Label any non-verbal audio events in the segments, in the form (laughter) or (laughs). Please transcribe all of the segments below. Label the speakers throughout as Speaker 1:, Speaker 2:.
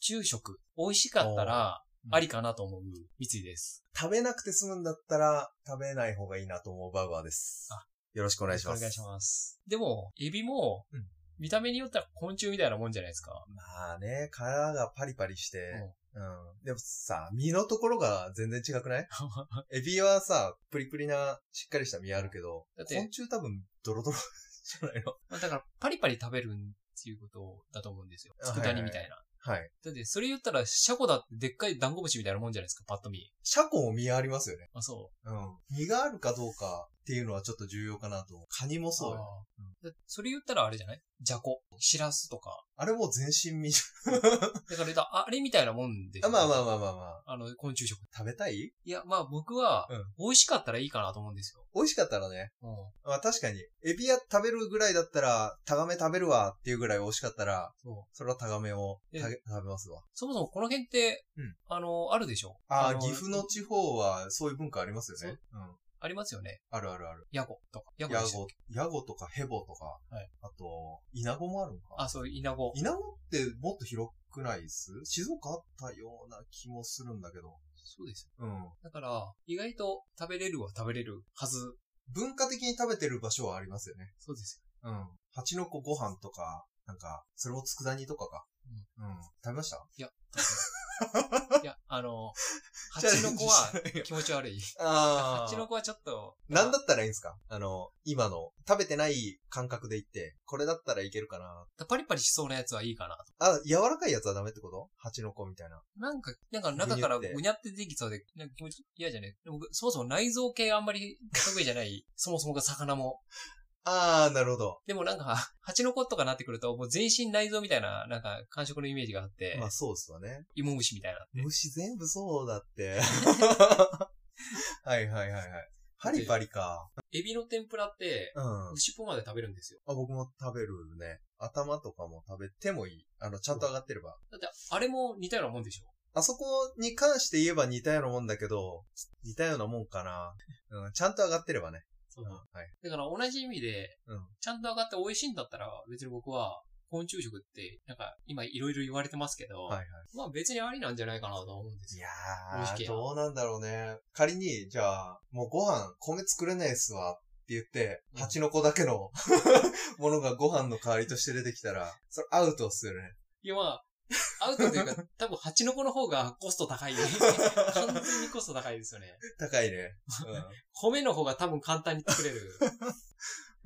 Speaker 1: 虫食、美味しかったら、
Speaker 2: うん
Speaker 1: ありかなと思う、三井です。
Speaker 2: 食べなくて済むんだったら、食べない方がいいなと思うバウアーです
Speaker 1: あ。
Speaker 2: よろしくお願いします。
Speaker 1: お願いします。でも、エビも
Speaker 2: うん、
Speaker 1: 見た目によったら昆虫みたいなもんじゃないですか。
Speaker 2: まあね、皮がパリパリして、うん。でもさ、身のところが全然違
Speaker 1: (laughs)
Speaker 2: くないエビはさ、プリプリな、しっかりした身あるけど
Speaker 1: だっ、て
Speaker 2: 昆虫多分、ドロドロ (laughs) じゃないの
Speaker 1: まあだから、パリパリ食べるっていうことだと思うんですよ。
Speaker 2: あはいはい
Speaker 1: 佃煮みたいな。
Speaker 2: はい。
Speaker 1: だって、それ言ったら、シャコだってでっかいダンゴムシみたいなもんじゃないですか、パッと見。
Speaker 2: シャコも身ありますよね。
Speaker 1: あ、そう。
Speaker 2: うん。身があるかどうかっていうのはちょっと重要かなと思う。カニもそうよ。
Speaker 1: よ。だそれ言ったらあれじゃないじゃこ、しらすとか。
Speaker 2: あれもう全身身じ
Speaker 1: だから言ったら、あれみたいなもんでし
Speaker 2: ゃ
Speaker 1: (laughs) ょ
Speaker 2: ん。まあまあまあまあまあ。
Speaker 1: あの、昆虫食。
Speaker 2: 食べたい
Speaker 1: いや、まあ僕は
Speaker 2: うん、
Speaker 1: 美味しかったらいいかなと思うんですよ。
Speaker 2: 美味しかったらね。
Speaker 1: うん。
Speaker 2: まあ確かに。エビや食べるぐらいだったら、タガメ食べるわっていうぐらい美味しかったら、
Speaker 1: そう。
Speaker 2: それはタガメをた
Speaker 1: え
Speaker 2: 食べますわ。
Speaker 1: そもそもこの辺って、
Speaker 2: うん
Speaker 1: あの、あるでしょ
Speaker 2: ああ、
Speaker 1: の
Speaker 2: 岐阜の地方はそういう文化ありますよね。うん。
Speaker 1: ありますよね。
Speaker 2: あるあるある。
Speaker 1: ヤゴとか。ヤゴ
Speaker 2: ヤ
Speaker 1: でしたっ
Speaker 2: ゴ、ヤゴとかヘボとか、
Speaker 1: はい
Speaker 2: あと、イナゴもあるの
Speaker 1: け。
Speaker 2: か。
Speaker 1: あ、そう、イナゴ。
Speaker 2: イナゴってもっと広くないです静岡あったような気もするんだけど。
Speaker 1: そうですよ。
Speaker 2: うん。
Speaker 1: だから、意外と食べれるは食べれるはず。
Speaker 2: 文化的に食べてる場所はありますよね。
Speaker 1: そうです
Speaker 2: うん。蜂の子ご飯とか、なんか、それを佃煮とかか。うん。食べました (laughs)
Speaker 1: よ。いや、あの、蜂の子は
Speaker 2: チャレンジしたいよ
Speaker 1: 気持ち悪い。
Speaker 2: あ
Speaker 1: 蜂の子はちょっと、
Speaker 2: なんだったらいいんですかあの、今の、食べてない感覚で言って、これだったらいけるかな。
Speaker 1: パリパリしそうなやつはいいかなと。
Speaker 2: あ、柔らかいやつはダメってこと蜂の子みたいな。
Speaker 1: なんか、なんか中から
Speaker 2: ぐにゃって
Speaker 1: ぐにゃってできそうで、なんか気持ち嫌じゃね僕、そもそも内臓系あんまり得意じゃない。そもそもが魚も。
Speaker 2: あー、なるほど。
Speaker 1: でもなんか、 (laughs) 蜂の子とかなってくると、もう全身内臓みたいな、なんか感触のイメージがあって、
Speaker 2: まあそうっすわね。
Speaker 1: 芋虫みたいな。
Speaker 2: 虫全部そう
Speaker 1: (laughs)
Speaker 2: だって。はいはいはいはい。パリパリか。
Speaker 1: エビの天ぷらって、
Speaker 2: うん。あ、
Speaker 1: 牛ぽまで食べるんですよ。
Speaker 2: 僕も食べるね。頭とかも食べてもいい。あの、ちゃんと上がってれば。
Speaker 1: だって、あれも似たようなもんでしょ
Speaker 2: あそこに関して言えば似たようなもんだけど、似たようなもんかな。うん、ちゃんと上がってればね。、
Speaker 1: そううん
Speaker 2: はい。
Speaker 1: だから同じ意味で、
Speaker 2: うん
Speaker 1: ちゃんと上がって美味しいんだったら、別に僕は、昆虫食って、なんか、今いろいろ言われてますけど、
Speaker 2: はいはい。
Speaker 1: まあ別にありなんじゃないかなと思うんです
Speaker 2: い
Speaker 1: よ。
Speaker 2: や
Speaker 1: 美味しい
Speaker 2: ー、
Speaker 1: けど
Speaker 2: どうなんだろうね。仮に、じゃあ、もうご飯、米作れないっすわって言って、
Speaker 1: うん
Speaker 2: 蜂の子だけの (laughs) ものがご飯の代わりとして出てきたら、それアウトっすよね。
Speaker 1: いやまあ、 (laughs) アウトというか、多分蜂の子の方が (laughs) コスト高い、ね。完全にコスト高いですよね。
Speaker 2: 高いね。
Speaker 1: 米の方が多分簡単に作れる。
Speaker 2: う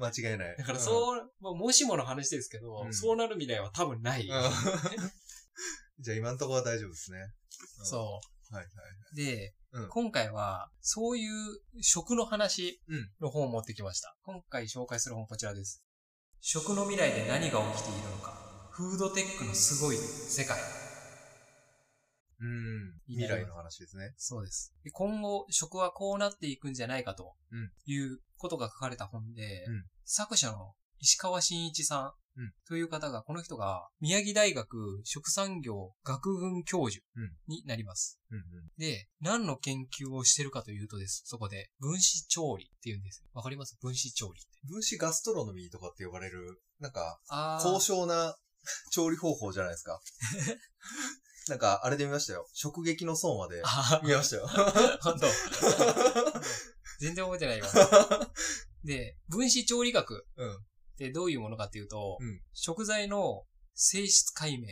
Speaker 2: ん。間違いない。
Speaker 1: だから
Speaker 2: う
Speaker 1: そう、まあ、もしもの話ですけど、
Speaker 2: うん
Speaker 1: そうなる未来は多分ない。
Speaker 2: ん。うんじゃあ今のところは大丈夫ですね。うん
Speaker 1: (laughs) そ
Speaker 2: はいはい。
Speaker 1: う。で、
Speaker 2: うん
Speaker 1: 今回は、そういう食の話
Speaker 2: うん
Speaker 1: の本を持ってきました。今回紹介する本こちらです。食の未来で何が起きているのか。フードテックのすごい世界。
Speaker 2: うん。未来の話ですね。
Speaker 1: そうです。で今後、食はこうなっていくんじゃないかと
Speaker 2: うん
Speaker 1: いうことが書かれた本で、
Speaker 2: うん
Speaker 1: 作者の石川真一さん
Speaker 2: うん
Speaker 1: という方が、この人が宮城大学食産業学群教授
Speaker 2: うん
Speaker 1: になります。
Speaker 2: うん
Speaker 1: で、何の研究をしてるかというとです。そこで、分子調理っていうんです。わかります分子調理って。
Speaker 2: うん。分子ガストロノミーとかって呼ばれる、なんか、
Speaker 1: あ
Speaker 2: 高尚な調理方法じゃないで
Speaker 1: (laughs)
Speaker 2: すか。なんか、あれで見ましたよ。食撃の層まで
Speaker 1: あ
Speaker 2: 見ましたよ。
Speaker 1: ー、 (laughs) 本当全然覚えてないわ。で、分子調理学
Speaker 2: うん。
Speaker 1: で、どういうものかっていうと、
Speaker 2: うん
Speaker 1: 食材の性質解明、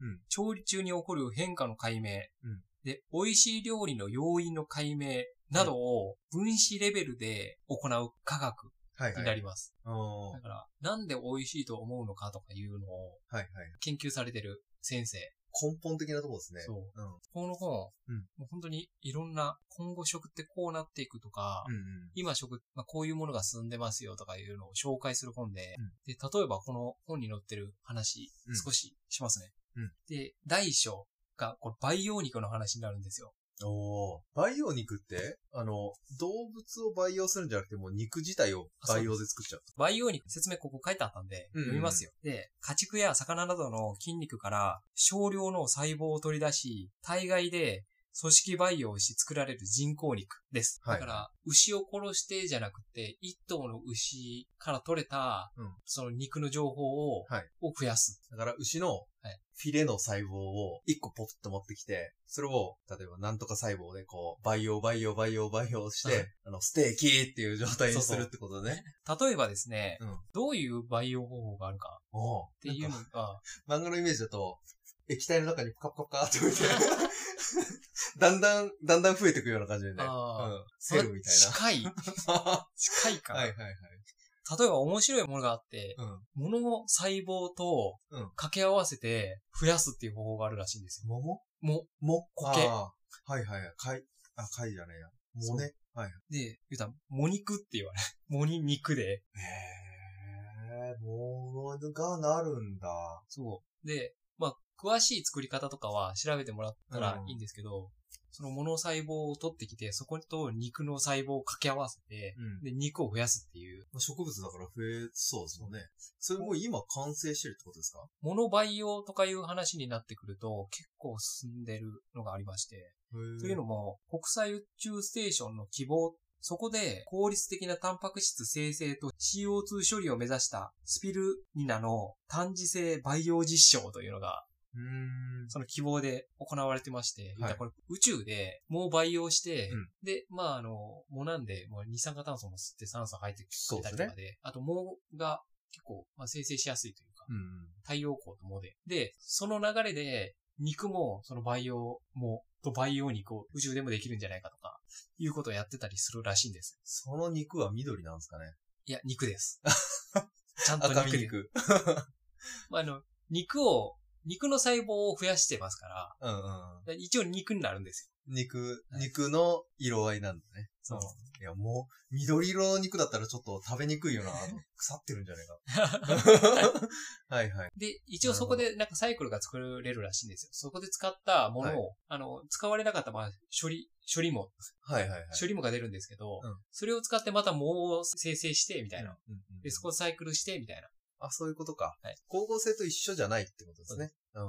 Speaker 2: うん
Speaker 1: 調理中に起こる変化の解明、
Speaker 2: うん
Speaker 1: で、美味しい料理の要因の解明などを分子レベルで行う科学
Speaker 2: はいは
Speaker 1: に
Speaker 2: い。
Speaker 1: なります。
Speaker 2: うんは
Speaker 1: だから、なんで美味しいと思うのかとかいうのを
Speaker 2: いはい。
Speaker 1: 研究されてる先生。
Speaker 2: 根本的なところですね。
Speaker 1: そう。
Speaker 2: うん。うん
Speaker 1: この本、
Speaker 2: うん
Speaker 1: もう本当にいろんな今後食ってこうなっていくとか、
Speaker 2: うん。
Speaker 1: 今食、まあ、こういうものが進んでますよとかいうのを紹介する本で、
Speaker 2: うん
Speaker 1: で、例えばこの本に載ってる話
Speaker 2: う、ん
Speaker 1: 少ししますね。
Speaker 2: うん
Speaker 1: で、第一章が、これ培養肉の話になるんですよ。
Speaker 2: おー培養肉って、あの、動物を培養するんじゃなくて、もう肉自体を培養で作っちゃう。
Speaker 1: 培養肉、説明ここ書いてあったんで、
Speaker 2: うんうん
Speaker 1: 読みますよ。で、家畜や魚などの筋肉から少量の細胞を取り出し、体外で組織培養し作られる人工肉です。
Speaker 2: はい
Speaker 1: だから、牛を殺してじゃなくて、一頭の牛から取れた、
Speaker 2: うん
Speaker 1: その肉の情報を、
Speaker 2: はい
Speaker 1: を増やす。
Speaker 2: だから牛の
Speaker 1: い
Speaker 2: フィレの細胞を一個ポッと持ってきて、それを、例えばなんとか細胞でこう、培養培養培養培養し
Speaker 1: はい
Speaker 2: て、あの、ステーキっていう状態に
Speaker 1: そうそ
Speaker 2: す
Speaker 1: う
Speaker 2: るってことね。
Speaker 1: 例えばですね、
Speaker 2: うん
Speaker 1: どういう培養方法があるか
Speaker 2: おう
Speaker 1: っていうの
Speaker 2: なんか
Speaker 1: (laughs) が、
Speaker 2: 漫画のイメージだと、液体の中にポカポカって置いて、 (laughs) だんだん、だんだん増えていくような感じでね。
Speaker 1: あー
Speaker 2: うんセルみたいな。
Speaker 1: 近い、近いか
Speaker 2: は
Speaker 1: ら
Speaker 2: いはいはい。
Speaker 1: 例えば面白いものがあって、
Speaker 2: うん。
Speaker 1: 物の細胞と
Speaker 2: うん
Speaker 1: 掛け合わせて増やすっていう方法があるらしいんですよ。
Speaker 2: 桃
Speaker 1: も
Speaker 2: も
Speaker 1: 苔
Speaker 2: あーはいはいはい。貝、あ、貝じゃねえや。もね。はい。
Speaker 1: う、で、言うたら、も肉って言われる。 (laughs) もに肉で、
Speaker 2: へえ、もう、がなるんだ。
Speaker 1: そう。で、まあ、詳しい作り方とかは調べてもらったら
Speaker 2: うん
Speaker 1: いいんですけど、その物細胞を取ってきて、そこと肉の細胞を掛け合わせて、
Speaker 2: うん。
Speaker 1: で、肉を増やすっていう、
Speaker 2: まあ、植物だから増えそうですもんね。それもう今完成してるってことですか
Speaker 1: 物培養とかいう話になってくると、結構進んでるのがありまして、というのも、国際宇宙ステーションの希望、そこで効率的なタンパク質生成と CO2 処理を目指したスピルニナの単次性培養実証というのが、
Speaker 2: うーん。
Speaker 1: その希望で行われてまして、
Speaker 2: はい
Speaker 1: これ宇宙でもう培養して、
Speaker 2: うん
Speaker 1: で、まああの、藻なんで、もう二酸化炭素も吸って酸素入ってき
Speaker 2: そうで
Speaker 1: たり
Speaker 2: す
Speaker 1: と
Speaker 2: ね
Speaker 1: かで、あと藻が結構、まあ、生成しやすいというか、
Speaker 2: うん。
Speaker 1: 太陽光と藻で。で、その流れで、肉も、その培養も、と培養肉を宇宙でもできるんじゃないかとか、いうことをやってたりするらしいんです。
Speaker 2: その肉は緑なんですかね
Speaker 1: いや、肉
Speaker 2: (laughs)
Speaker 1: です。ちゃんと
Speaker 2: 赤
Speaker 1: 肉
Speaker 2: 身
Speaker 1: で。
Speaker 2: 肉。
Speaker 1: まあ、あの、肉を、肉の細胞を増やしてますから
Speaker 2: うんうん。、
Speaker 1: だから一応肉になるんです
Speaker 2: 肉、
Speaker 1: はい
Speaker 2: 肉の色合いなんだね。
Speaker 1: そうん
Speaker 2: いや、もう、緑色の肉だったらちょっと食べにくい
Speaker 1: (laughs)
Speaker 2: よな。あの腐ってるんじゃないか。
Speaker 1: よ。 (laughs)
Speaker 2: はいはい。
Speaker 1: で、一応そこでなんかサイクルが作れるらしいんですよ。そこで使ったものを、あの、使われなかった、まあ、処理、処理も、
Speaker 2: はいはいはい。
Speaker 1: 処理もが出るんですけど、
Speaker 2: うん
Speaker 1: それを使ってまた藻を生成して、みたいな。
Speaker 2: うんうん
Speaker 1: で、そこをサイクルして、みたいな。
Speaker 2: あ、そういうことか。
Speaker 1: はい
Speaker 2: 光合成と一緒じゃないってことですね。うーん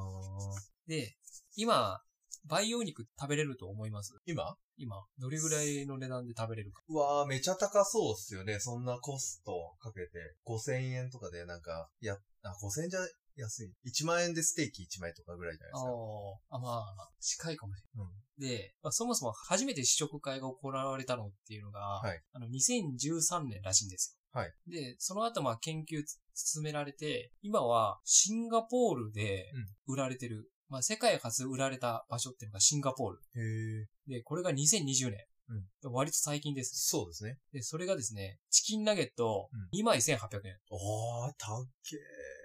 Speaker 1: で、今、培養肉食べれると思います
Speaker 2: 今
Speaker 1: 今、どれぐらいの値段で食べれるか。
Speaker 2: うわー、めちゃ高そうっすよね。そんなコストかけて。5000円とかでなんか、や、あ、5000円じゃ安い。1万円でステーキ1枚とかぐらいじゃないですか。
Speaker 1: ああ、まあ、近いかもしれない。
Speaker 2: うん
Speaker 1: で、まあ、そもそも初めて試食会が行われたのっていうのが、
Speaker 2: はい
Speaker 1: あの、2013年らしいんですよ。
Speaker 2: はい
Speaker 1: で、その後、まあ、研究つ進められて、今はシンガポールで売られてる、まあ、世界初売られた場所っていうのがシンガポール。
Speaker 2: へえ。
Speaker 1: で、これが2020年。
Speaker 2: うん
Speaker 1: 割と最近です
Speaker 2: そうですね。
Speaker 1: ね。で、それがですね、チキンナゲット
Speaker 2: うん
Speaker 1: 2枚1800円。
Speaker 2: あー、高え。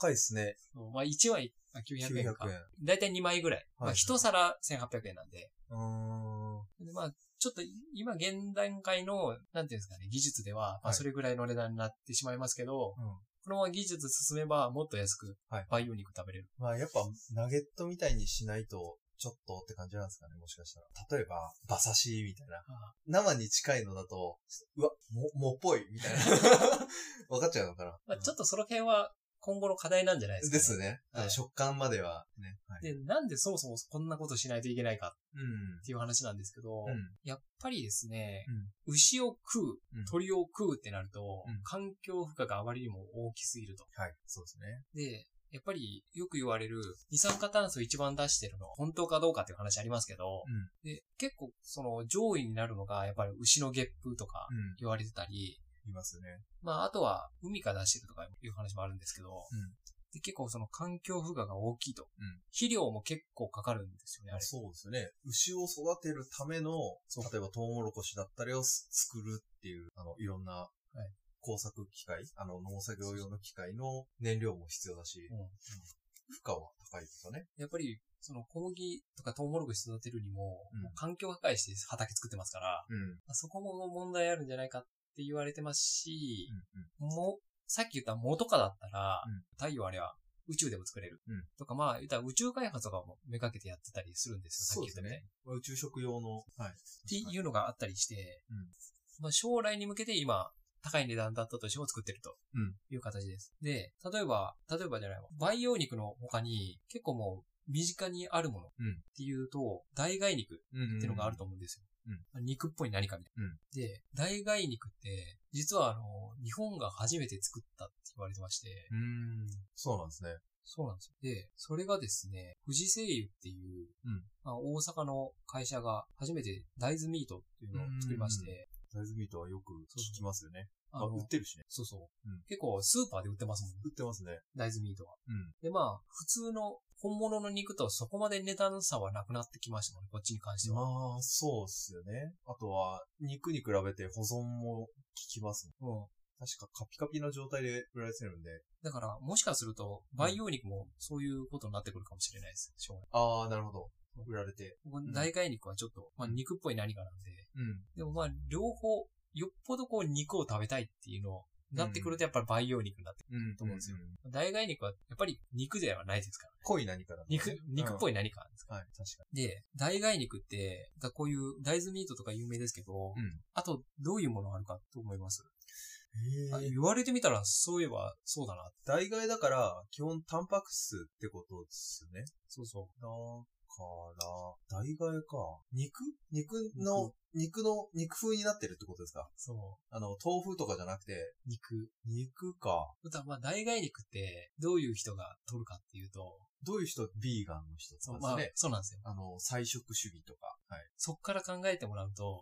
Speaker 2: 高いですね。
Speaker 1: そうまあ1枚あ900
Speaker 2: 900
Speaker 1: 円
Speaker 2: 円。
Speaker 1: か。だいたい2枚ぐらい。ま
Speaker 2: はい
Speaker 1: あ1皿1800円なんで。
Speaker 2: うーん。
Speaker 1: でまあちょっと今現段階の、なんていうんですかね、技術では、ま
Speaker 2: は
Speaker 1: あ
Speaker 2: い
Speaker 1: それぐらいの値段になってしまいますけど、
Speaker 2: うん
Speaker 1: このまま技術進めばもっと安く
Speaker 2: はい
Speaker 1: 培養肉食べれる。
Speaker 2: まあやっぱ、ナゲットみたいにしないと、ちょっとって感じなんですかね、もしかしたら。例えば、馬刺しみたいな。
Speaker 1: あ
Speaker 2: 生に近いのだと、うわ、も、もっぽい
Speaker 1: (laughs)
Speaker 2: みたいな。分かっちゃうのかな。
Speaker 1: まあちょっとその辺は今後の課題なんじゃないですか、
Speaker 2: ですね。
Speaker 1: はい
Speaker 2: 食感まではね。はい、
Speaker 1: で、なんでそもそもこんなことしないといけないか
Speaker 2: うん
Speaker 1: っていう話なんですけど、
Speaker 2: うん。
Speaker 1: やっぱりですね、牛を食う
Speaker 2: うん、
Speaker 1: 鳥を食うってなると、
Speaker 2: うん
Speaker 1: 環境負荷があまりにも大きすぎると。
Speaker 2: はい。そうですね。
Speaker 1: で、やっぱりよく言われる二酸化炭素一番出してるのは本当かどうかっていう話ありますけど、で結構その上位になるのがやっぱり牛のゲップとか
Speaker 2: うん。うん。
Speaker 1: 言われてたり、
Speaker 2: いますね。
Speaker 1: まああとは海から出してるとかいう話もあるんですけど、
Speaker 2: ん
Speaker 1: で結構その環境負荷が大きいと。
Speaker 2: うん
Speaker 1: 肥料も結構かかるんですよね、あれ。
Speaker 2: そうですね。牛を育てるための、例えばトウモロコシだったりをす作るっていう、あの、いろんな、
Speaker 1: い
Speaker 2: 工作機械、あの、農作業用の機械の燃料も必要だし、
Speaker 1: うん
Speaker 2: 負荷は高いですよね。
Speaker 1: やっぱりその小麦とかトウモロコシ育てるにも、
Speaker 2: うん
Speaker 1: もう環境破壊して畑作ってますから、
Speaker 2: うん。
Speaker 1: まあそこも問題あるんじゃないかって言われてますし、
Speaker 2: うん。
Speaker 1: も、さっき言った藻とかだったら、
Speaker 2: うん
Speaker 1: 太陽あれは宇宙でも作れる。
Speaker 2: うん
Speaker 1: とか、まあ、言ったら宇宙開発とかもめがけてやってたりするんですよ、さっき言ったみたいに。
Speaker 2: まあ宇宙食用の、はい。
Speaker 1: っていうのがあったりして、
Speaker 2: うん
Speaker 1: まあ、将来に向けて今、高い値段だったとしても作ってると
Speaker 2: うん
Speaker 1: いう形です。で、例えば、例えばじゃないわ。培養肉の他に、結構も身近にあるものっ
Speaker 2: うん
Speaker 1: ていうと、代替肉っ
Speaker 2: うんうんうん
Speaker 1: ていうのがあると思うんですよ。肉っぽい何かみたいな。
Speaker 2: うん
Speaker 1: で、代替肉って、実はあの、日本が初めて作ったって言われてまして、
Speaker 2: うーん。そうなんですね。
Speaker 1: そうなんですよ。で、それがですね、富士製油っていう、
Speaker 2: うん
Speaker 1: まあ、大阪の会社が初めて大豆ミートっていうのを作りまして、
Speaker 2: 大豆ミートはよく聞きますよね。
Speaker 1: あ
Speaker 2: あ、
Speaker 1: の
Speaker 2: 売ってるしね。
Speaker 1: そうそう、
Speaker 2: うん
Speaker 1: 結構スーパーで売ってますもんね、
Speaker 2: 売ってますね。
Speaker 1: 大豆ミートは。
Speaker 2: うん。
Speaker 1: で、まあ、普通の本物の肉とそこまで値段差はなくなってきましたもんね、こっちに関しては。
Speaker 2: まあ、そうっすよね。あとは、肉に比べて保存も効きますもん。
Speaker 1: うん。
Speaker 2: 確かカピカピの状態で売られてるんで。
Speaker 1: だから、もしかすると、培養肉もそういうことになってくるかもしれないです。将来。
Speaker 2: ああ、なるほど。売られて。
Speaker 1: 僕
Speaker 2: ん、
Speaker 1: 代替肉はちょっと、まあ、肉っぽい何かなんで、
Speaker 2: うん。
Speaker 1: でもまあ、両方、よっぽどこう肉を食べたいっていうのを、なってくるとやっぱり培養肉になってく
Speaker 2: うん。
Speaker 1: と思うんですよ
Speaker 2: ん。
Speaker 1: る。代替肉はやっぱり肉ではないですから。
Speaker 2: 濃い何かだ、ね。
Speaker 1: 肉、肉っぽ
Speaker 2: い。
Speaker 1: い何かなんですか。
Speaker 2: はい、確か
Speaker 1: で、代替肉って、だこういう大豆ミートとか有名ですけど、
Speaker 2: うん
Speaker 1: あとどういうものあるかと思います、あ
Speaker 2: に。へえ。
Speaker 1: 言われてみたらそういえばそうだな。
Speaker 2: 大概だから、基本タンパク質ってことですね。
Speaker 1: そうそ
Speaker 2: だから、大概か。肉肉の、肉の、肉風になってるってことですか
Speaker 1: う。そ
Speaker 2: あの、豆腐とかじゃなくて、
Speaker 1: う。肉。
Speaker 2: 肉か。
Speaker 1: また、まあ、代替肉って、どういう人が取るかっていうと、
Speaker 2: どういう人、ビーガンの人とか
Speaker 1: そう、
Speaker 2: です
Speaker 1: ま
Speaker 2: ね
Speaker 1: あ。、そうなんですよ。
Speaker 2: あの、菜食主義とか。はい。
Speaker 1: そっから考えてもらうと、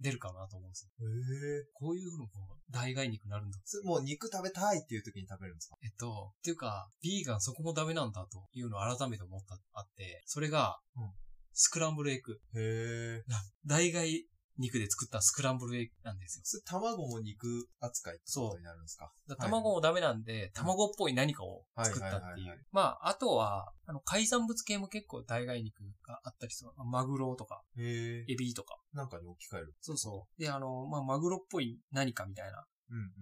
Speaker 1: 出るかなと思うんですよ。
Speaker 2: へえ。
Speaker 1: こういうふうにこう、代替肉になるんだ。
Speaker 2: それもう肉食べたいっていう時に食べるんですか
Speaker 1: えっと、っていうか、ビーガンそこもダメなんだというのを改めて思った、あって、それが、
Speaker 2: うん
Speaker 1: スクランブルエッグ。
Speaker 2: へえ。
Speaker 1: 代替肉で作ったスクランブルエッグなんですよ。
Speaker 2: それ卵も肉扱いってことになるんですか
Speaker 1: だ
Speaker 2: はい
Speaker 1: 卵もダメなんで、卵っぽい何かを作った
Speaker 2: は
Speaker 1: っ
Speaker 2: いは
Speaker 1: て
Speaker 2: いはい
Speaker 1: い
Speaker 2: は
Speaker 1: う。まあ、あとは、あの、海産物系も結構代替肉があったりする。マグロとか、
Speaker 2: へえ。
Speaker 1: エビとか。
Speaker 2: なんかに置き換える。
Speaker 1: そうそう。で、あの、まあ、マグロっぽい何かみたいな、
Speaker 2: うんうんうん。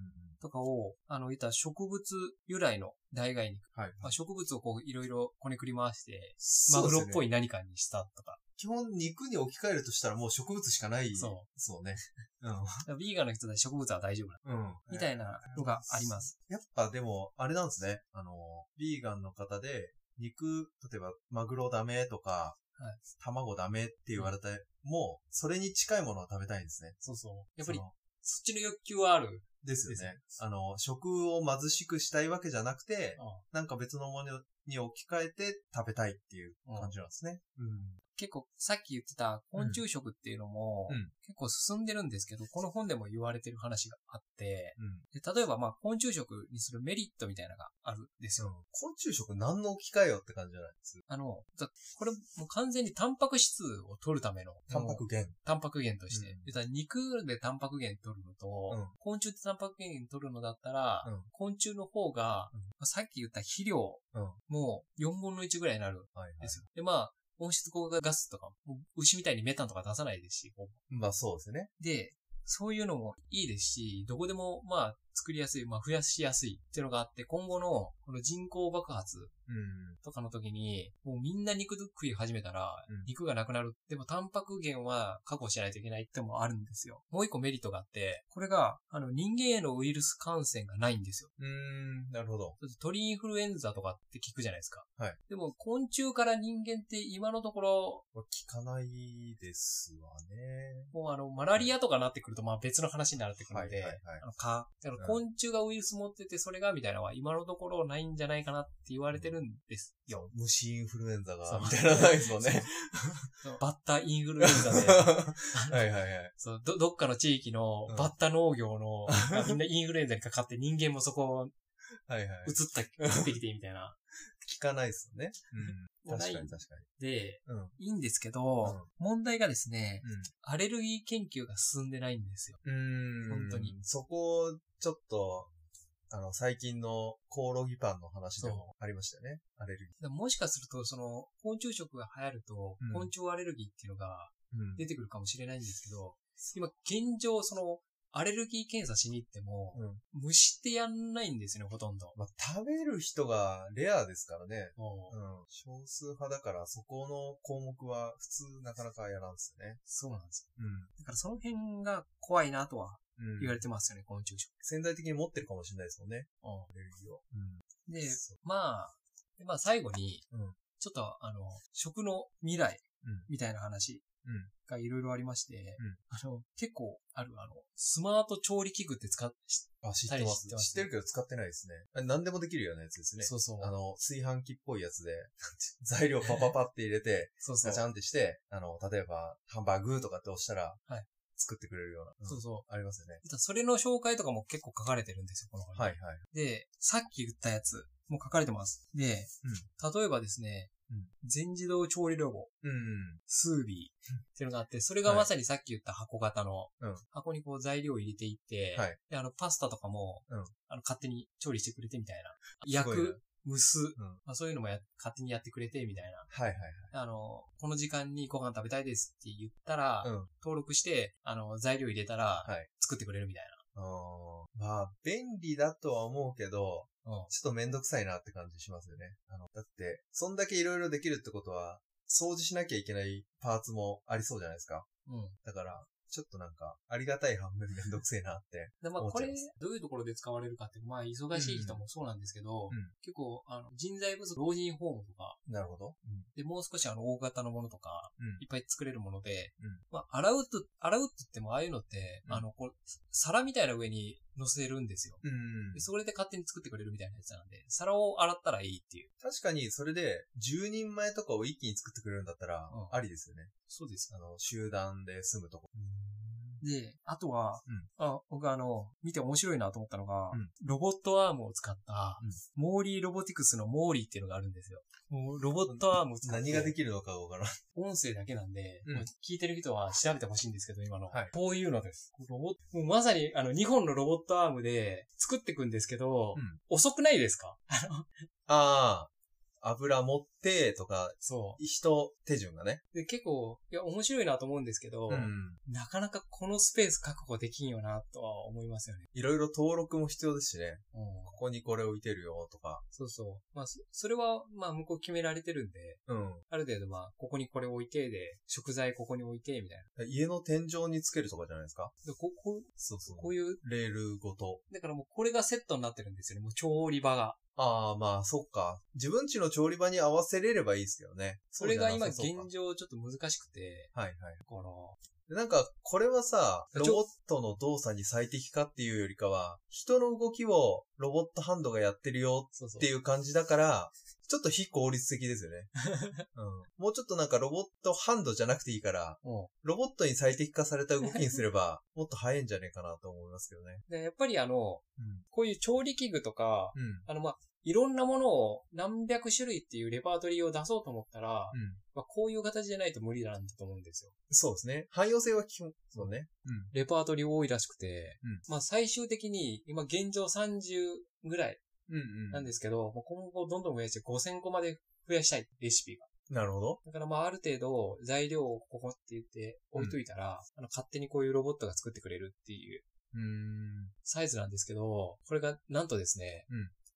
Speaker 1: とかを、あの、言ったら植物由来の代替肉。
Speaker 2: はい。
Speaker 1: まあ、植物をこう、いろいろこねくり回して、
Speaker 2: マ
Speaker 1: マグロっぽ
Speaker 2: い。
Speaker 1: い何かにしたとか。
Speaker 2: 基本肉に置き換えるとしたらもう植物しかな
Speaker 1: (laughs)
Speaker 2: い。。
Speaker 1: そう
Speaker 2: そうね。う
Speaker 1: だからビーガンの人たち植物は大丈夫だ。
Speaker 2: ん。うん。
Speaker 1: みたいなのがあります。
Speaker 2: やっぱでも、あれなんですね。あの、ビーガンの方で、肉、例えば、マグロダメとか、
Speaker 1: はい
Speaker 2: 卵ダメって言われて、もう、それに近いものを食べたいんですね。
Speaker 1: そうそう。やっぱり
Speaker 2: そ、の
Speaker 1: そっちの欲求はある。
Speaker 2: ですよ
Speaker 1: です
Speaker 2: ね
Speaker 1: ね。
Speaker 2: あの、食を貧しくしたいわけじゃなくて、
Speaker 1: うん
Speaker 2: なんか別のものに置き換えて食べたいっていう感じなんですね。うん。
Speaker 1: 結構、さっき言ってた昆虫食っていうのも、
Speaker 2: うん
Speaker 1: 結構進んでるんですけど、この本でも言われてる話があって、
Speaker 2: うん。
Speaker 1: で例えば、まあ、昆虫食にするメリットみたいなのがあるんですよ。
Speaker 2: 昆虫食何の置き換えよって感じじゃないです
Speaker 1: あの、だこれもう完全にタンパク質を取るための、
Speaker 2: タンパク源。
Speaker 1: タンパク源として。
Speaker 2: うん
Speaker 1: 言ったら肉でタンパク源取るのと、
Speaker 2: うん
Speaker 1: 昆虫でタンパク源取るのだったら、
Speaker 2: うん
Speaker 1: 昆虫の方が、
Speaker 2: うん
Speaker 1: まあさっき言った肥料
Speaker 2: うん
Speaker 1: も4分の1ぐらいになるん
Speaker 2: はいはい
Speaker 1: ですよ。で、まあ、温室効果ガスとかも、牛みたいにメタンとか出さないですし、ほぼ
Speaker 2: まあそうですね。
Speaker 1: で、そういうのもいいですし、どこでもまあ作りやすい、まあ増やしやすいっていうのがあって、今後のこの人口爆発
Speaker 2: うん。
Speaker 1: とかの時に、もうみんな肉食い始めたら
Speaker 2: うん、
Speaker 1: 肉がなくなる。でも、タンパク源は確保しないといけないってのもあるんですよ。もう一個メリットがあって、これが、あの、人間へのウイルス感染がないんですよ。
Speaker 2: うん、なるほど。
Speaker 1: 鳥インフルエンザとかって聞くじゃないですか。
Speaker 2: はい
Speaker 1: でも、昆虫から人間って今のところ、
Speaker 2: これ聞かないですわね。
Speaker 1: もうあの、マラリアとかなってくると、まあ別の話になってくるので、あの、か、だから昆虫がウイルス持ってて、それがみたいなのは今のところないんじゃないかなって言われてるんですよ。
Speaker 2: 虫インフルエンザ
Speaker 1: そ
Speaker 2: が、
Speaker 1: う
Speaker 2: みたいなのないですもん (laughs) ね。
Speaker 1: バッタインフルエンザ
Speaker 2: (laughs)
Speaker 1: で、
Speaker 2: はいはいはい。
Speaker 1: そう、ど、どっかの地域の
Speaker 2: うん
Speaker 1: バッタ農業の、がみんなインフルエンザにかかって人間もそこ
Speaker 2: はいはい。
Speaker 1: 移った、移ってきてみたいな。
Speaker 2: 聞かないですよね。
Speaker 1: もうない
Speaker 2: (laughs) 確か
Speaker 1: で、
Speaker 2: に。うん。
Speaker 1: いいんですけ
Speaker 2: う
Speaker 1: ど
Speaker 2: ん、
Speaker 1: 問題がですね、アレルギー研究が進んでないんですよ。
Speaker 2: うん
Speaker 1: 本当に。
Speaker 2: そこ、ちょっと、あの、最近のコオロギパンの話でもありましたよね。アレルギ
Speaker 1: だからもしかすると、その、昆虫食が流行ると
Speaker 2: うん、
Speaker 1: 昆虫アレルギーっていうのが
Speaker 2: ー。うん
Speaker 1: 出てくるかもしれないんですけど、今、現状、その、アレルギー検査しに行っても、
Speaker 2: うん
Speaker 1: 虫ってやんないんですよね、ほとんど。
Speaker 2: まあ、食べる人がレアですからね。
Speaker 1: もう
Speaker 2: うん。少数派だから、そこの項目は普通なかなかやらんですよね。
Speaker 1: そうなんですよ。
Speaker 2: うん。
Speaker 1: だからその辺が怖いなとは
Speaker 2: うん
Speaker 1: 言われてますよね、昆虫食。
Speaker 2: 潜在的に持ってるかもしれないですもんね。
Speaker 1: うん
Speaker 2: アレルギーを。
Speaker 1: で、
Speaker 2: そ
Speaker 1: まあ、でまあ最後に
Speaker 2: うん、
Speaker 1: ちょっと、あの、食の未来
Speaker 2: うん、
Speaker 1: みたいな話
Speaker 2: うん
Speaker 1: がいろいろありまして
Speaker 2: うん、
Speaker 1: あの、結構ある、あの、スマート調理器具って使っ、
Speaker 2: あ、知ってます。
Speaker 1: 知って
Speaker 2: 知
Speaker 1: ます
Speaker 2: ってるけど使ってないですね。あ何でもできるようなやつですね。
Speaker 1: そうそう
Speaker 2: あ。の、炊飯器っぽいやつで、 (laughs) 材料パパパって入れて、
Speaker 1: そうそ
Speaker 2: ガ
Speaker 1: う。
Speaker 2: チャンってして、あの、例えば、ハンバーグとかって押したら、
Speaker 1: はい
Speaker 2: 作ってくれるような。うん
Speaker 1: そうそ
Speaker 2: ありますよね。
Speaker 1: う。それの紹介とかも結構書かれてるんですよ、この本に
Speaker 2: はいはい。
Speaker 1: で、さっき言ったやつも書かれてます。で、例えばですね、
Speaker 2: うん
Speaker 1: 全自動調理ロボ、
Speaker 2: うん
Speaker 1: スービーっていうのがあって、それがまさにさっき言った箱型の、
Speaker 2: うん
Speaker 1: 箱にこう材料を入れていって、
Speaker 2: はい
Speaker 1: であのパスタとかも、
Speaker 2: うん
Speaker 1: あの勝手に調理してくれてみたいな。
Speaker 2: す
Speaker 1: 焼
Speaker 2: ごいな
Speaker 1: く、蒸す、
Speaker 2: うん。うん。
Speaker 1: まあ、そういうのもや勝手にやってくれてみたいな。
Speaker 2: はいはい
Speaker 1: あの、この時間にご飯食べたいですって言ったら、
Speaker 2: はい。うん。
Speaker 1: 登録して、あの、材料入れたら
Speaker 2: はい、
Speaker 1: 作ってくれるみたい
Speaker 2: あーまあ、便利だとは思うけど、
Speaker 1: な。うん。
Speaker 2: ちょっとめんどくさいなって感じしますよね。あの、だって、そんだけいろいろできるってことは、掃除しなきゃいけないパーツもありそうじゃないですか。
Speaker 1: うん。
Speaker 2: だから、ちょっとなんか、ありがたい反面めんどくせえな
Speaker 1: (laughs)
Speaker 2: って。
Speaker 1: で、まあ
Speaker 2: 思っ
Speaker 1: こ
Speaker 2: ちゃ
Speaker 1: れ
Speaker 2: います、
Speaker 1: どういうところで使われるかって、まあ忙しい人もそうなんですけど、
Speaker 2: うん
Speaker 1: 結構、あの、人材不足、老人ホームとか、
Speaker 2: なるほど。うん。
Speaker 1: で、もう少しあの、大型のものとか、
Speaker 2: うん
Speaker 1: いっぱい作れるもので、
Speaker 2: うん
Speaker 1: まあ、洗うと、洗うって言っても、ああいうのって、
Speaker 2: うん
Speaker 1: あの、こう、皿みたいな上に乗せるんですよ。
Speaker 2: うん
Speaker 1: で、それで勝手に作ってくれるみたいなやつなんで、皿を洗ったらいいっていう。
Speaker 2: 確かに、それで、10人前とかを一気に作ってくれるんだったら
Speaker 1: うん、
Speaker 2: ありですよね。
Speaker 1: そうです
Speaker 2: あの、集団で住むとこ。
Speaker 1: で、あとは、
Speaker 2: うん
Speaker 1: あ僕あの、見て面白いなと思ったのが、
Speaker 2: うん
Speaker 1: ロボットアームを使った、
Speaker 2: うん
Speaker 1: モーリーロボティクスのモーリーっていうのがあるんですよ。もうロボットアームを使って、
Speaker 2: 何ができるのかわからん。
Speaker 1: 音声だけなんで、
Speaker 2: うん
Speaker 1: もう聞いてる人は調べてほしいんですけど、今の。
Speaker 2: はい
Speaker 1: こういうのです。ロボもうまさに、あの、2本のロボットアームで作っていくんですけど、
Speaker 2: うん
Speaker 1: 遅くないですか
Speaker 2: ああ、油持って、とか、
Speaker 1: そ
Speaker 2: 人手順がね。
Speaker 1: う。で、結構、いや、面白いなと思うんですけど、
Speaker 2: うん。
Speaker 1: なかなかこのスペース確保できんよな、とは思いますよね。
Speaker 2: いろいろ登録も必要ですしね。
Speaker 1: うん。
Speaker 2: ここにこれ置いてるよ、とか。
Speaker 1: そうそう。まあ、そそれは、まあ、向こう決められてるんで、
Speaker 2: うん。
Speaker 1: ある程度、まあ、ここにこれ置いて、で、食材ここに置いて、みたいな。
Speaker 2: 家の天井につけるとかじゃないですか。
Speaker 1: で、ここ、
Speaker 2: そうそ
Speaker 1: こういう、
Speaker 2: レールごと。
Speaker 1: だからもうこれがセットになってるんですよね。もう調理場が。
Speaker 2: ああ、まあ、そっか。自分家の調理場に合わせれればいいですけどね。
Speaker 1: それが今
Speaker 2: そうじゃな
Speaker 1: 現
Speaker 2: さそ
Speaker 1: 状ちょっと難しくて、
Speaker 2: うかはいはい。
Speaker 1: この、
Speaker 2: でなんか、これはさ、
Speaker 1: ち
Speaker 2: ロ
Speaker 1: ょ
Speaker 2: ボットの動作に最適化っていうよりかは、人の動きをロボットハンドがやってるよ
Speaker 1: そうそう
Speaker 2: って。いう感じだから、ちょっと非効率的ですよ
Speaker 1: (laughs)
Speaker 2: ね。うん、もうちょっとなんかロボットハンドじゃなくていいから、
Speaker 1: うん
Speaker 2: ロボットに最適化された動きにすれば、
Speaker 1: (laughs)
Speaker 2: もっと早いんじゃねえかなと思いますけどね。
Speaker 1: でやっぱりあの、こういう調理器具とか、
Speaker 2: うん。
Speaker 1: あのまあ、いろんなものを何百種類っていうレパートリーを出そうと思ったら、
Speaker 2: うん。うん。
Speaker 1: まあ、こういう形じゃないと無理なんだと思うんですよ。
Speaker 2: そうですね。汎用性は基本、そうね。
Speaker 1: レパートリー多いらしくて、
Speaker 2: うん
Speaker 1: まあ最終的に今現状30ぐらい
Speaker 2: うん。うんう
Speaker 1: なんですけど、もう今後どんどん増やして5000個まで増やしたいレシピが。
Speaker 2: なるほど。
Speaker 1: だからまあある程度材料をここって言って置いといたら、あの勝手にこういうロボットが作ってくれるっていう
Speaker 2: うーん。
Speaker 1: サイズなんですけど、これがなんとですね、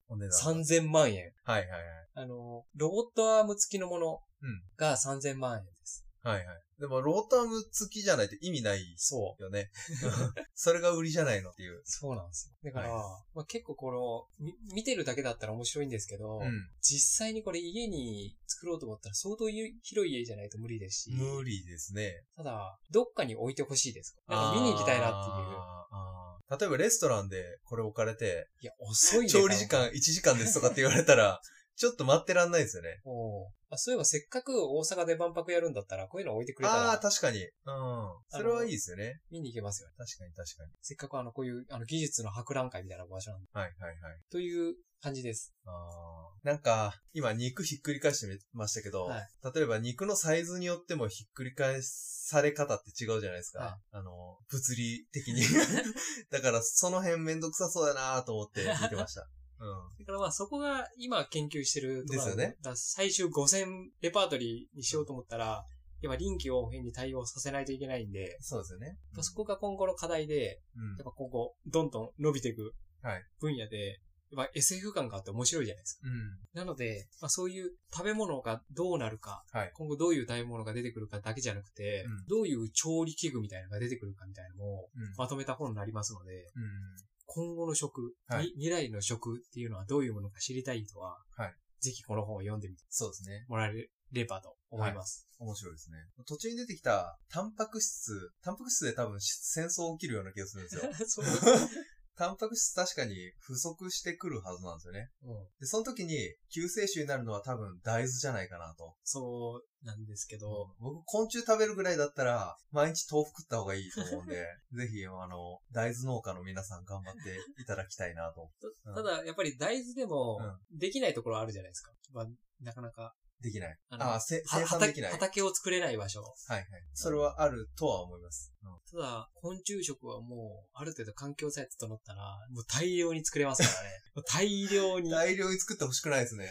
Speaker 2: お値段。
Speaker 1: 3000万円。
Speaker 2: はいはいはい。
Speaker 1: あの、ロボットアーム付きのもの
Speaker 2: うん
Speaker 1: が3000万円です。
Speaker 2: はいはい。でも、ローターム付きじゃないと意味ない
Speaker 1: そう。
Speaker 2: よね。 (laughs) それが売りじゃないのっていう。
Speaker 1: そうなんですよ。だから、
Speaker 2: は
Speaker 1: まあ、結構この、み見てるだけだったら面白いんですけど、
Speaker 2: うん。
Speaker 1: 実際にこれ家に作ろうと思ったら相当広い家じゃないと無理ですし、
Speaker 2: 無理ですね。
Speaker 1: ただ、どっかに置いてほしいです。なんか見に行きたいなっていう。
Speaker 2: あーあー例えばレストランでこれ置かれて、
Speaker 1: いや、遅いね。
Speaker 2: 調理時間
Speaker 1: 多
Speaker 2: 1時間ですとかって言われたら、 (laughs) ちょっと待ってらんないですよね。
Speaker 1: 分。おうあそういえばせっかく大阪で万博やるんだったら、こういうの置いてくれた
Speaker 2: ああ、
Speaker 1: ら
Speaker 2: 確かに。うん。それはいいですよね。
Speaker 1: 見に行けますよね。
Speaker 2: 確かに確かに。
Speaker 1: せっかくあの、こういう、あの、技術の博覧会みたいな場所なんで。
Speaker 2: はいはいはい。
Speaker 1: という感じです。
Speaker 2: あーなんか、今肉ひっくり返してみましたけど、
Speaker 1: はい
Speaker 2: 例えば肉のサイズによってもひっくり返され方って違うじゃないですか。
Speaker 1: はい
Speaker 2: あの、物理的
Speaker 1: (laughs)
Speaker 2: に。だから、その辺めんどくさそうだなと思って見て
Speaker 1: (laughs)
Speaker 2: ました。う
Speaker 1: だからまあそこが今研究してるところなん
Speaker 2: ですよね
Speaker 1: だから最終5000レパートリーにしようと思ったら、今臨機応変に対応させないといけないんで
Speaker 2: ん。、そうですよね。
Speaker 1: そこが今後の課題で、
Speaker 2: うん
Speaker 1: やっ。ぱ今後どんどん伸びていく
Speaker 2: はい
Speaker 1: 分野で、やっぱ SF 感があって面白いじゃないですか。
Speaker 2: うん。
Speaker 1: なので、まあ、そういう食べ物がどうなるか、
Speaker 2: はい
Speaker 1: 今後どういう食べ物が出てくるかだけじゃなくて、
Speaker 2: うん
Speaker 1: どういう調理器具みたいなのが出てくるかみたいなのを
Speaker 2: うん。
Speaker 1: まとめた本になりますので、
Speaker 2: うん
Speaker 1: 今後の食、
Speaker 2: はい
Speaker 1: に未来の食っていうのはどういうものか知りたい人は、
Speaker 2: はい
Speaker 1: ぜひこの本を読んでみて
Speaker 2: そうですね。
Speaker 1: もらえればと思います。
Speaker 2: 面白いですね。途中に出てきた、タンパク質、タンパク質で多分戦争起きるような気がするん
Speaker 1: (laughs)
Speaker 2: です
Speaker 1: そ
Speaker 2: よ。
Speaker 1: う
Speaker 2: (laughs) タンパク質確かに不足してくるはずなんですよね。
Speaker 1: うん
Speaker 2: で、その時に救世主になるのは多分大豆じゃないかなと。
Speaker 1: そうなんですけど、
Speaker 2: 僕、昆虫食べるぐらいだったら、毎日豆腐食った方がいいと思うんで、
Speaker 1: (laughs)
Speaker 2: ぜひ、あの、大豆農家の皆さん頑張っていただきたいなと。
Speaker 1: たただやっぱり大豆でもできないところあるじゃないですか。まあ、なかなか
Speaker 2: できない。
Speaker 1: あの
Speaker 2: ああ、せ
Speaker 1: は
Speaker 2: 生産できない。はい
Speaker 1: 畑を作れない場所。
Speaker 2: はい。それはあるとは思います。うん
Speaker 1: ただ、昆虫食はもう、ある程度環境さえ整ったら、もう大量に作れますから (laughs) ね。もう大量に、
Speaker 2: 大量に作ってほしくないです
Speaker 1: (laughs)
Speaker 2: ね。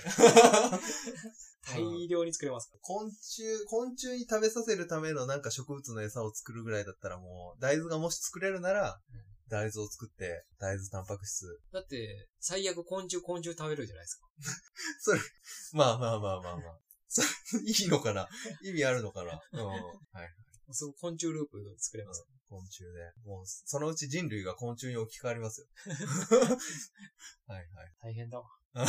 Speaker 1: 大量に作れますか
Speaker 2: 昆虫、昆虫に食べさせるためのなんか植物の餌を作るぐらいだったらもう、大豆がもし作れるなら、大豆を作って、大豆タンパク質。
Speaker 1: ら。だって、最悪昆虫、昆虫食べるじゃないですか。
Speaker 2: まあまあまあまあまあ。それいいのかな意味あるのかなうん。はい。
Speaker 1: そう昆虫ループ作れますか
Speaker 2: 昆虫で。もう、そのうち人類が昆虫に置き換わりますよ。 (laughs) はい
Speaker 1: ら。大変だわ。
Speaker 2: はい。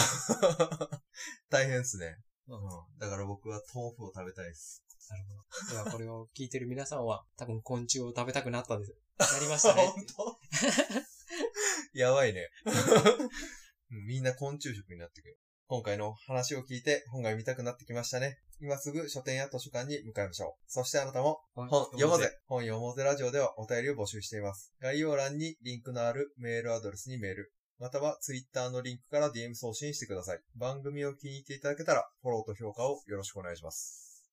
Speaker 2: (laughs) 大変ですね。
Speaker 1: う
Speaker 2: うん。だから僕は豆腐を食べたいです。
Speaker 1: なるほど。では、これを聞いてる皆さんは、多分昆虫を食べたくな (laughs) ったんです。なりましたね
Speaker 2: 本。当 (laughs) やばいね。うんみんな昆虫食になってくる。今回の話を聞いて本が読みたくなってきましたね。今すぐ書店や図書館に向かいましょう。そしてあなたも本読もうぜ。本読もうぜラジオではお便りを募集しています。概要欄にリンクのあるメールアドレスにメール、またはツイッターのリンクから DM 送信してください。番組を気に入っていただけたら、フォローと評価をよろしくお願いします。